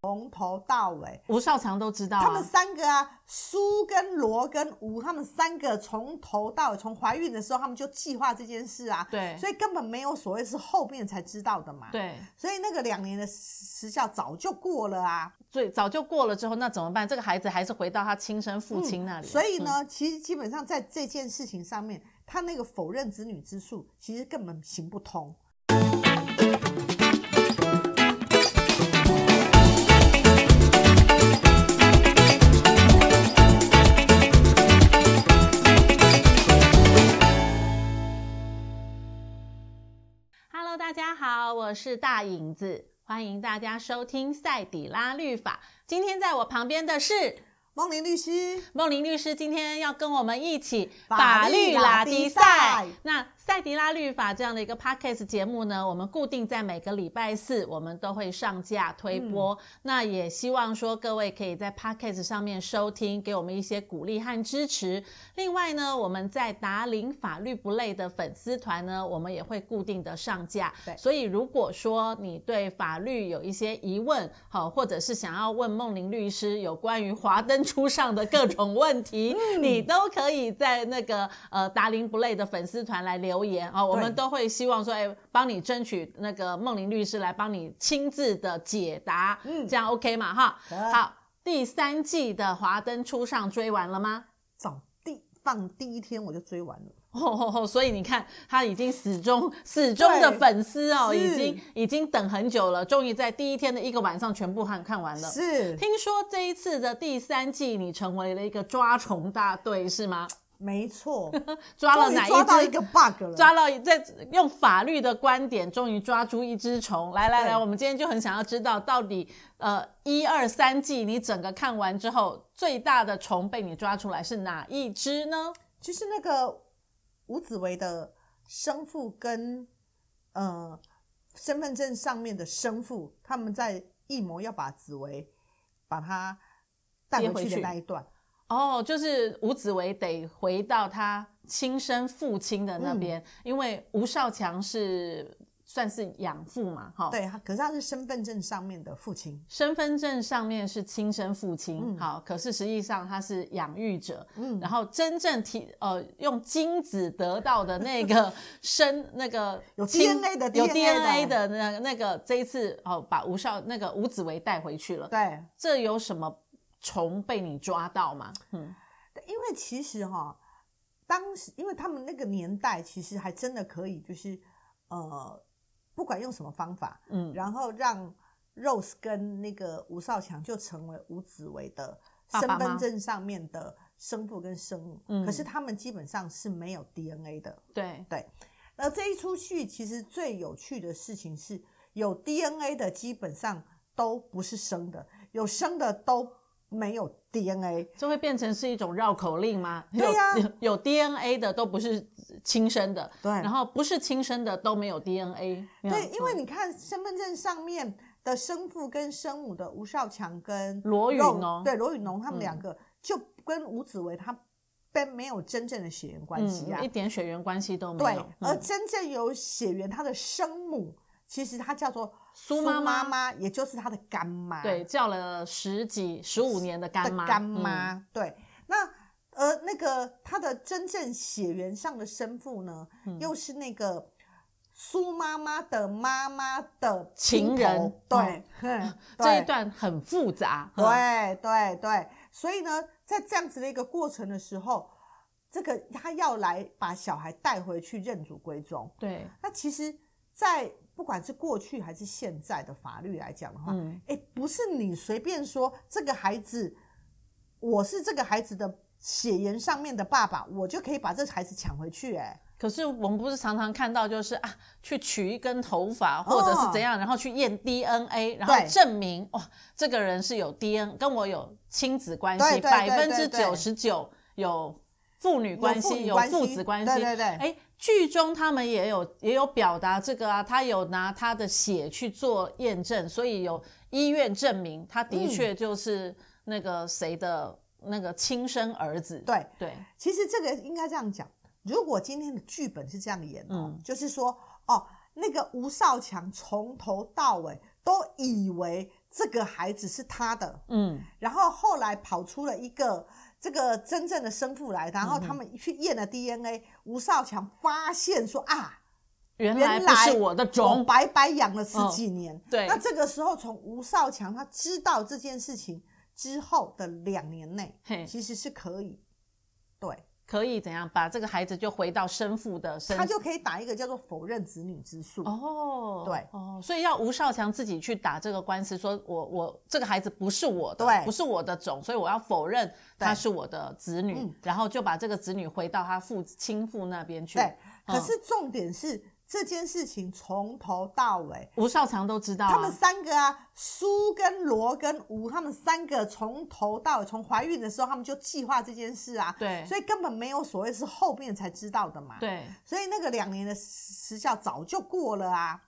从头到尾，吴少强都知道、啊，他们三个啊，苏跟罗跟吴，他们三个从头到尾，从怀孕的时候他们就计划这件事啊，对所以根本没有所谓是后面才知道的嘛，，对，所以那个两年的时效早就过了啊，最早就过了之后，那怎么办？这个孩子还是回到他亲生父亲那里、嗯所以呢，其实基本上在这件事情上面，他那个否认子女之术其实根本行不通。 Hello，大家好，我是大影子，欢迎大家收听赛底拉律法。今天在我旁边的是梦玲律师，梦玲律师，今天要跟我们一起法律拉迪赛那赛迪拉律法这样的一个 podcast 节目呢，我们固定在每个礼拜四我们都会上架推嗯播。那也希望说各位可以在 podcast 上面收听，给我们一些鼓励和支持。另外呢，我们在达林法律不累的粉丝团呢，我们也会固定的上架。对所以如果说你对法律有一些疑问，好，或者是想要问梦玲律师有关于华灯初上的各种问题，嗯你都可以在那个呃达林不累的粉丝团来留言啊、哦，我们对都会希望说，哎，帮你争取那个梦玲律师来帮你亲自的解答，嗯这样 OK 嘛哈？好好，第三季的华灯初上追完了吗？早第放第一天我就追完了， 吼吼吼！哦所以你看，他已经死忠死忠的粉丝哦，对是已经已经等很久了，终于在第一天的一个晚上全部看看完了。是听说这一次的第三季，你成为了一个抓虫大队是吗？没 错，抓了终于哪抓到一一只？个 bug 了，抓到在用法律的观点，终于抓住一只虫。来来对来，我们今天就很想要知道，到底呃一二三季你整个看完之后，最大的虫被你抓出来是哪一只呢？就是那个吴子维的生父跟呃身份证上面的生父，他们在一谋要把子维把他带接回回去的去那一段，哦，就是吴子维得回到他亲生父亲的那嗯边，因为吴少强是算是养父嘛，哈，，对，他可是他是身份证上面的父亲，身份证上面是亲生父亲，嗯好，可是实际上他是养育者，嗯，然后真正提呃用精子得到的那 个生那个有亲 DNA 的有 DNA DNA 的那那个这一次哦把吴少那个吴子维带回去了，对，这有什么虫被你抓到吗？嗯，因为其实哈，当时因为他们那个年代，其实还真的可以，就是呃，不管用什么方法，嗯然后让 Rose 跟那个吴少强就成为吴子维的爸身爸份妈证上面的生父跟生母，嗯可是他们基本上是没有 DNA 的。对，那这一出戏其实最有趣的事情是，有 DNA 的基本上都不是生的，有生的都没有 DNA。就会变成是一种绕口令吗？对呀有有有 DNA 的都不是亲生的，对然后不是亲生的都没有 DNA 嗯那样。嗯对，因为你看身份证上面的生父跟生母的吴少强跟罗哦嗯宇肉农对罗宇农他们两个就跟吴子维他并没有真正的血缘关系啊嗯，一。点血缘关系都没对有。，而嗯真正有血缘，他的生母其实她叫做苏妈妈妈妈，也就是她的干妈。对，叫了十几十五年的干啊妈，嗯的干妈，对，那呃，那个他的真正血缘上的生父呢，嗯又是那个苏妈妈的妈妈的情亲人头对，哼嗯 这一对段很复杂。嗯对对对，所以呢，在这样子的一个过程的时候，这个他要来把小孩带回去认祖归宗，对，那其实，在不管是过去还是现在的法律来讲的话，嗯哎、不是你随便说这个孩子，我是这个孩子的血缘上面的爸爸，我就可以把这孩子抢回去、哎，可是我们不是常常看到，就是啊，去取一根头哦发或者是怎样，然后去验 DNA，然后对证明哇，这个人是有 DNA，跟我有亲子关系，对对百分之对对九十九有父女关有父系，女有关父系子关系。对对对哎，剧中他们也有也有表达这个啊，他有拿他的血去做验证，所以有医院证明他的确就是那个谁的那个亲生儿子。对，对，其实这个应该这样讲，如果今天的剧本是这样演哦，嗯就是说，哦，那个吴少强从头到尾都以为这个孩子是他的，嗯，然后后来跑出了一个这个真正的生父来，然后嗯他们去验了 DNA，吴少强发现说啊，原原来不是我的我种，白白养了十几年。哦对那这个时候从吴少强他知道这件事情之后的两年内，嘿，其实是可以，对可以怎样把这个孩子就回到生父的身他就可以打一个叫做否认子女之诉。哦，对哦，所以要吴少强自己去打这个官司，说我我这个孩子不是我的，对不是我的种，所以我要否认他对是我的子女嗯，然后就把这个子女回到他父亲父那边去。对，嗯可是重点是这件事情从头到尾。吴少强都知道、啊，他们三个啊，苏跟罗跟吴，他们三个从头到尾，从怀孕的时候，他们就计划这件事啊，对所以根本没有所谓是后面才知道的嘛，，对，所以那个两年的时效早就过了啊，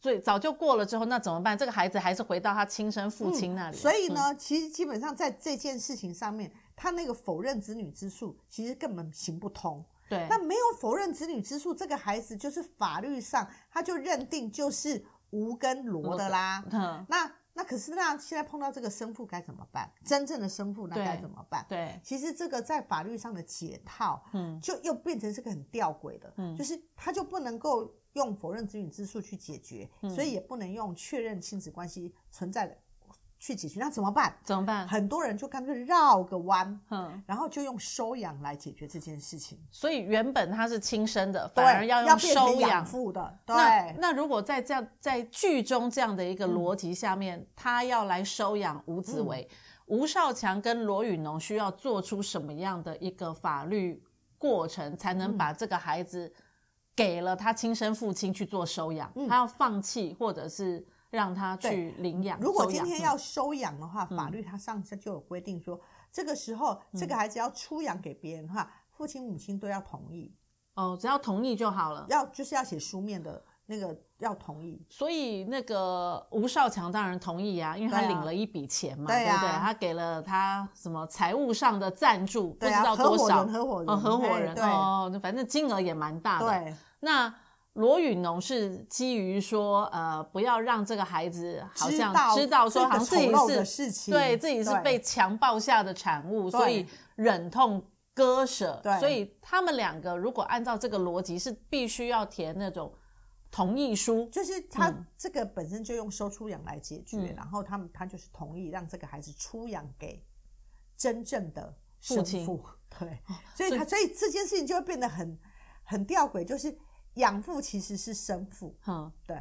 所以早就过了之后，那怎么办？这个孩子还是回到他亲生父亲那嗯里。所以嗯呢，其实基本上在这件事情上面，他那个否认子女之诉其实根本行不通。嗯对，那没有否认子女之诉，这个孩子就是法律上他就认定就是吴跟罗的啦，嗯，那那可是那现在碰到这个生父该怎么办？真正的生父那对该怎么办？对，其实这个在法律上的解套，嗯，就又变成是个很吊诡的，嗯就是他就不能够用否认子女之诉去解决，嗯所以也不能用确认亲子关系存在的去解决。那怎么办？怎么办？很多人就干脆绕个弯，嗯，然后就用收养来解决这件事情，所以原本他是亲生的，对，反而要用变收成养养。父的，那对。那如果在这样在剧中这样的一个逻辑下面，他要来收养吴子维，嗯吴少强跟罗宇农需要做出什么样的一个法律过程，才能把这个孩子给了他亲生父亲去做收养？嗯他要放弃，或者是让他去领养？如果收今养天嗯要收养的话，法律它上下就有规定说，这个时候嗯这个孩子要出养给别人的话，父亲母亲都要同意，哦，只要同意就好了。要就是要写书面的那个要同意。所以那个吴少强当然同意啊，因为他对啊领了一笔钱嘛，对啊不对？他给了他什么财务上的赞助，不对知啊道多少合伙人哦，合合伙伙人人哦，那反正金额也蛮大的。对，那罗宇农是基于说，呃，不要让这个孩子好像知道说，这好个像自丑陋己的是事情，对自己是被强暴下的产物，所以忍痛割舍。对所以他们两个如果按照这个逻辑，是必须要填那种同意书。就是他嗯这个本身就用收出养来解决，嗯然后他们他就是同意让这个孩子出养给真正的父生亲哦父，对，所所以以他所以这件事情就会变得很很吊诡，就是养父其实是生父，嗯，对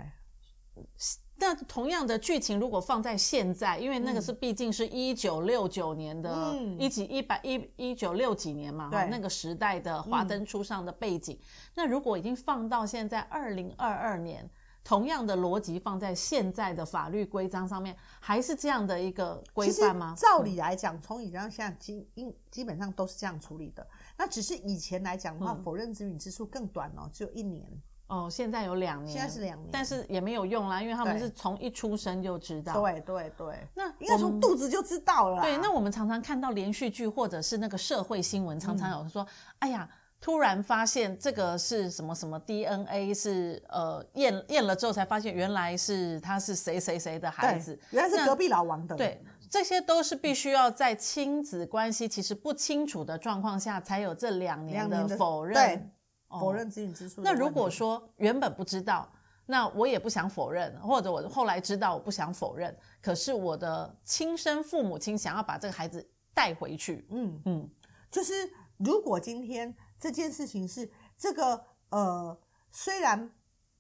那同样的剧情如果放在现在，因为那个是毕竟是一九六九年的，嗯一几一百一一九六几年嘛，哈对那个时代的华灯初上的背景。那如果已经放到现在二零二二年，同样的逻辑放在现在的法律规章上面，还是这样的一个规其实范吗？嗯照理来讲，从以前到现在，基应基本上都是这样处理的。那只是以前来讲的嗯话，否认子女之诉更短哦，只有一年。哦，现在有两年，现在是两年但是也没有用啦，因为他们对是从一出生就知道。对对对，那应该我从们肚子就知道了啦。对，那我们常常看到连续剧或者是那个社会新闻，嗯常常有人说，哎呀。突然发现这个是什么什么 DNA 是呃验验了之后才发现原来是他是谁谁谁的孩对子，原来那是隔壁老王的。对，这些都是必须要在亲子关系其实不清楚的状况下才有这两两年年的否对认、哦否认子女之诉的那问题。如果说原本不知道，那我也不想否认，或者我后来知道我不想否认，可是我的亲生父母亲想要把这个孩子带回去，嗯，嗯，就是如果今天这件事情是这个呃，虽然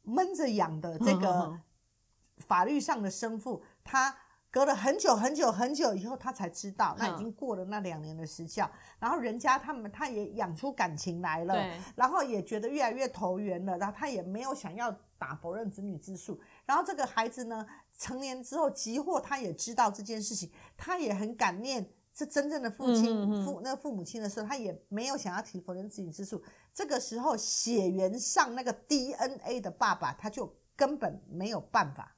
闷着养的这嗯个法律上的生父，他隔了很久很久很久以后，他才知道，嗯那已经过了那两年的时效，然后人家他们他也养出感情来了对，然后也觉得越来越投缘了，然后他也没有想要打否认子女之诉，然后这个孩子呢，成年之后急获他也知道这件事情，他也很感念这真正的父亲、嗯嗯嗯父那父母亲的时候，他也没有想要提否认子女之诉。这个时候血缘上那个 DNA 的爸爸，他就根本没有办法。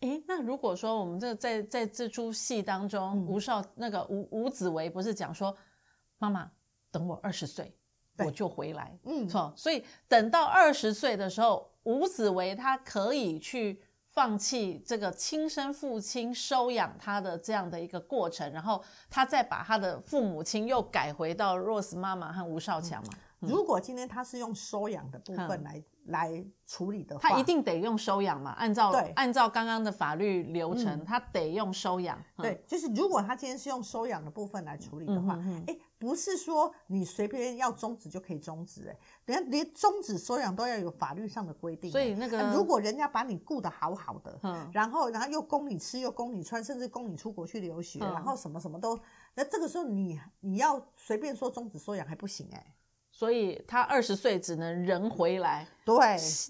诶，那如果说我们这在在这出戏当中，嗯吴少那个吴吴子维不是讲说，妈妈等我二十岁，对我就回来，嗯错，所以等到二十岁的时候，吴子维他可以去放弃这个亲生父亲收养他的这样的一个过程，然后他再把他的父母亲又改回到 Rose 妈妈和吴少强嘛？如果今天他是用收养的部分来、来处理的话，他一定得用收养嘛？按照对嗯按照刚刚的法律流程，他得用收养。嗯对，就是如果他今天是用收养的部分来处理的话，哎、嗯哼不是说你随便要终止就可以终止、哎，人家连终止收养都要有法律上的规定、所以哎那个啊如果人家把你顾得好好的，嗯然后然后又供你吃又供你穿，甚至供你出国去留学，嗯然后什么什么都，那这个时候你你要随便说终止收养还不行哎、所以他二十岁只能人回来，对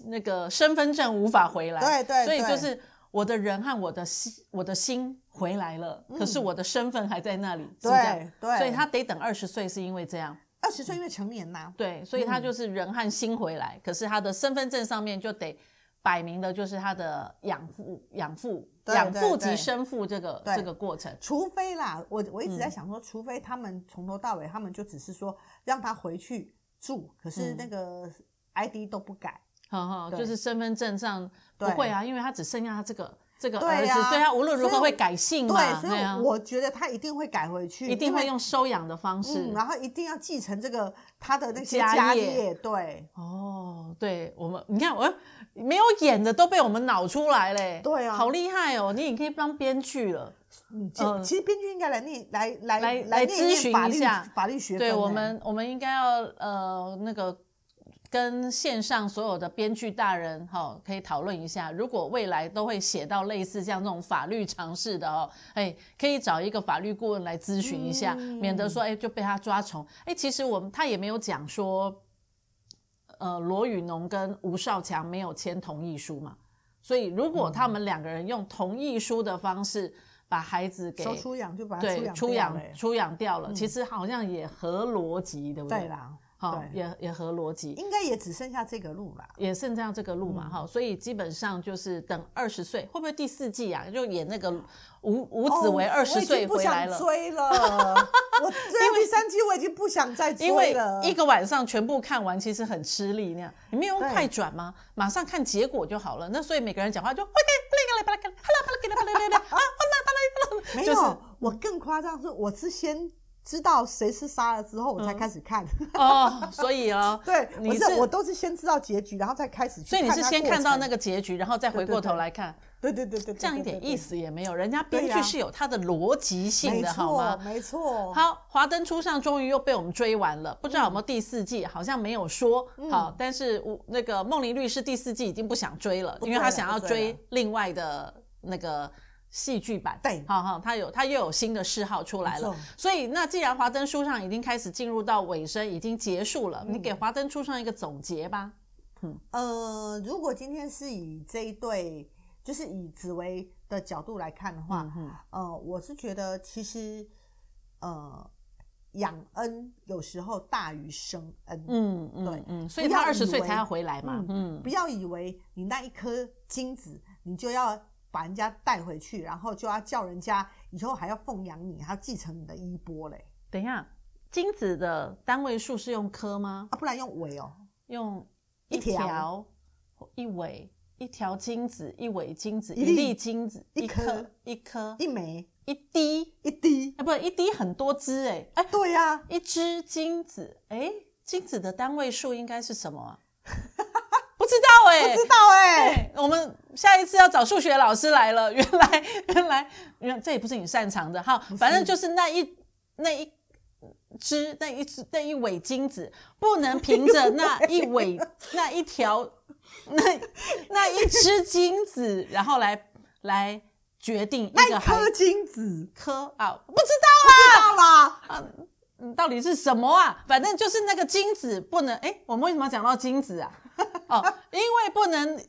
那个身份证无法回来。对对所以对就是我的人和我的心，我的心回来了，可是我的身份还在那里，是不是这样嗯对对，所以他得等二十岁，是因为这样。二十岁因为成年呐、对，所以他就是人和心回来，可是他的身份证上面就得摆明的就是他的养父、养父、对养父对对及生父这个对这个过程。除非啦，我我一直在嗯想说，除非他们从头到尾，他们就只是说让他回去住，可嗯是那个 ID 都不改。哈哈，对就是身份证上不对会啊，因为他只剩下他这个这个儿对子，啊所以他无论如所何以会改姓嘛，对，所对啊以，我觉得他一定会改回去，一定会因为用收养的方式。嗯，然后一定要继承这个他的那些家家业业，对哦，对我们，你看我没有演的都被我们脑出来嘞，对啊好厉害哦！你也可以当编剧了。嗯，其嗯其实编剧应该来念来来来来来念咨念询法一律下法律学分对呢我们，我们应该要呃那个跟线上所有的编剧大人哈、哦可以讨论一下，如果未来都会写到类似像这种法律常识的哦，哎，可以找一个法律顾问来咨询一下，嗯免得说哎就被他抓虫。哎，其实我们他也没有讲说，呃，罗宇农跟吴少强没有签同意书嘛，所以如嗯果他们两个人用同意书的方式把孩子给收出养就把他对，出养掉养了欸出养掉了，其实好像也合逻辑，对不对？对，啦，好、对也也合逻辑，应该也只剩下这个路啦。也剩这样这个路嘛，哈、所以基本上就是等二十岁，会不会第四季啊，就演那个吴吴子维哦二十岁回来了。我已经不想追了。 我追到第三季，我已经不想再因为追了。一个晚上全部看完，其实很吃力那样。你没有用对快转吗？马上看结果就好了。那所以每个人讲话就 OK，那个来，巴拉巴拉巴拉巴拉巴拉啊，巴拉巴拉巴拉，没就有，是我更夸张是，我是先知道谁是杀了之后，我才开始看。 哦，所以啊，对，嗯你我是是我都是先知道结局，然后再开始去。所以你是先看到那个？个结局，然后再回过头来看，对对对对，对这样一点意。思也没有。人家编对剧呀是有它的逻辑对对性没的，好错，吗？没错。好，《华灯初上》终于又被我们追完了，不知道有没有第四季？好像没有说。嗯好，但是我那个梦玲律师第四季已经不想追了，不追因为了他想要不追追了另外的那个戏剧版。对好好，他有他又有新的嗜好出来没了错。所以那既然《华灯初上》已经开始进入到尾声，已经结束了，嗯你给《华灯初上》一个总结吧。呃，如果今天是以这一对，就是以紫薇的角度来看的话，呃，我是觉得其实，呃，养恩有时候大于生恩。嗯嗯对嗯，所以不他要二以十岁为才要回来嘛。嗯，不要以为你那一颗精子，你就要把人家带回去，然后就要叫人家以后还要奉养你，还要继承你的衣钵嘞，等一下，精子的单位数是用颗吗？啊，不然用尾哦。用一条条、一尾、一条精子、一尾精子、一一粒粒精子、一一颗颗、一颗、一枚一滴，一滴，啊，不，一滴很多只哎哎，对呀、一只精子哎，精子的单位数应该是什么 啊？不知道哎、知道哎、对我们下一次要找数学老师来了。 原来，原来，原来这也不是你擅长的。好，反正就是那一那一只那一只那一尾精子，不能凭 着那一尾那一条那那一只精子，然后来来决定一那个一孩颗精子，科啊，不知道啊。知道啦，嗯到底是什么啊？反正就是那个精子不能，哎、我们为什么要讲到精子啊？ 哦，因为不能，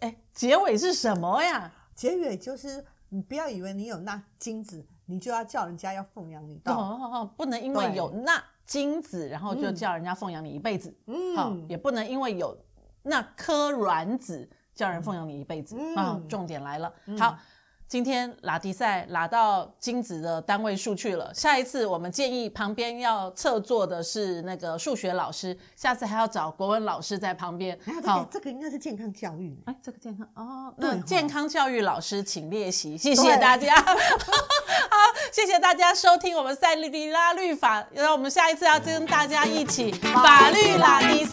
哎、结尾是什么呀？结尾就是你不要以为你有那精子，你就要叫人家要奉养你哦到。哦哦，不能因为对有那精子，然后就叫人家奉养你一辈子，好、嗯，也不能因为有那颗卵子叫人奉养你一辈子。啊、嗯重点来了，好，今天拉迪赛拉到精子的单位数去了，下一次我们建议旁边要侧坐的是那个数学老师，下次还要找国文老师在 旁边然后。这好个，这个应该是健康教育，哎，这个健康哦，对那哦健康教育老师请练习，谢谢大家。 好，谢谢大家收听我们赛利拉律法，让我们下一次要跟大家一起法律拉迪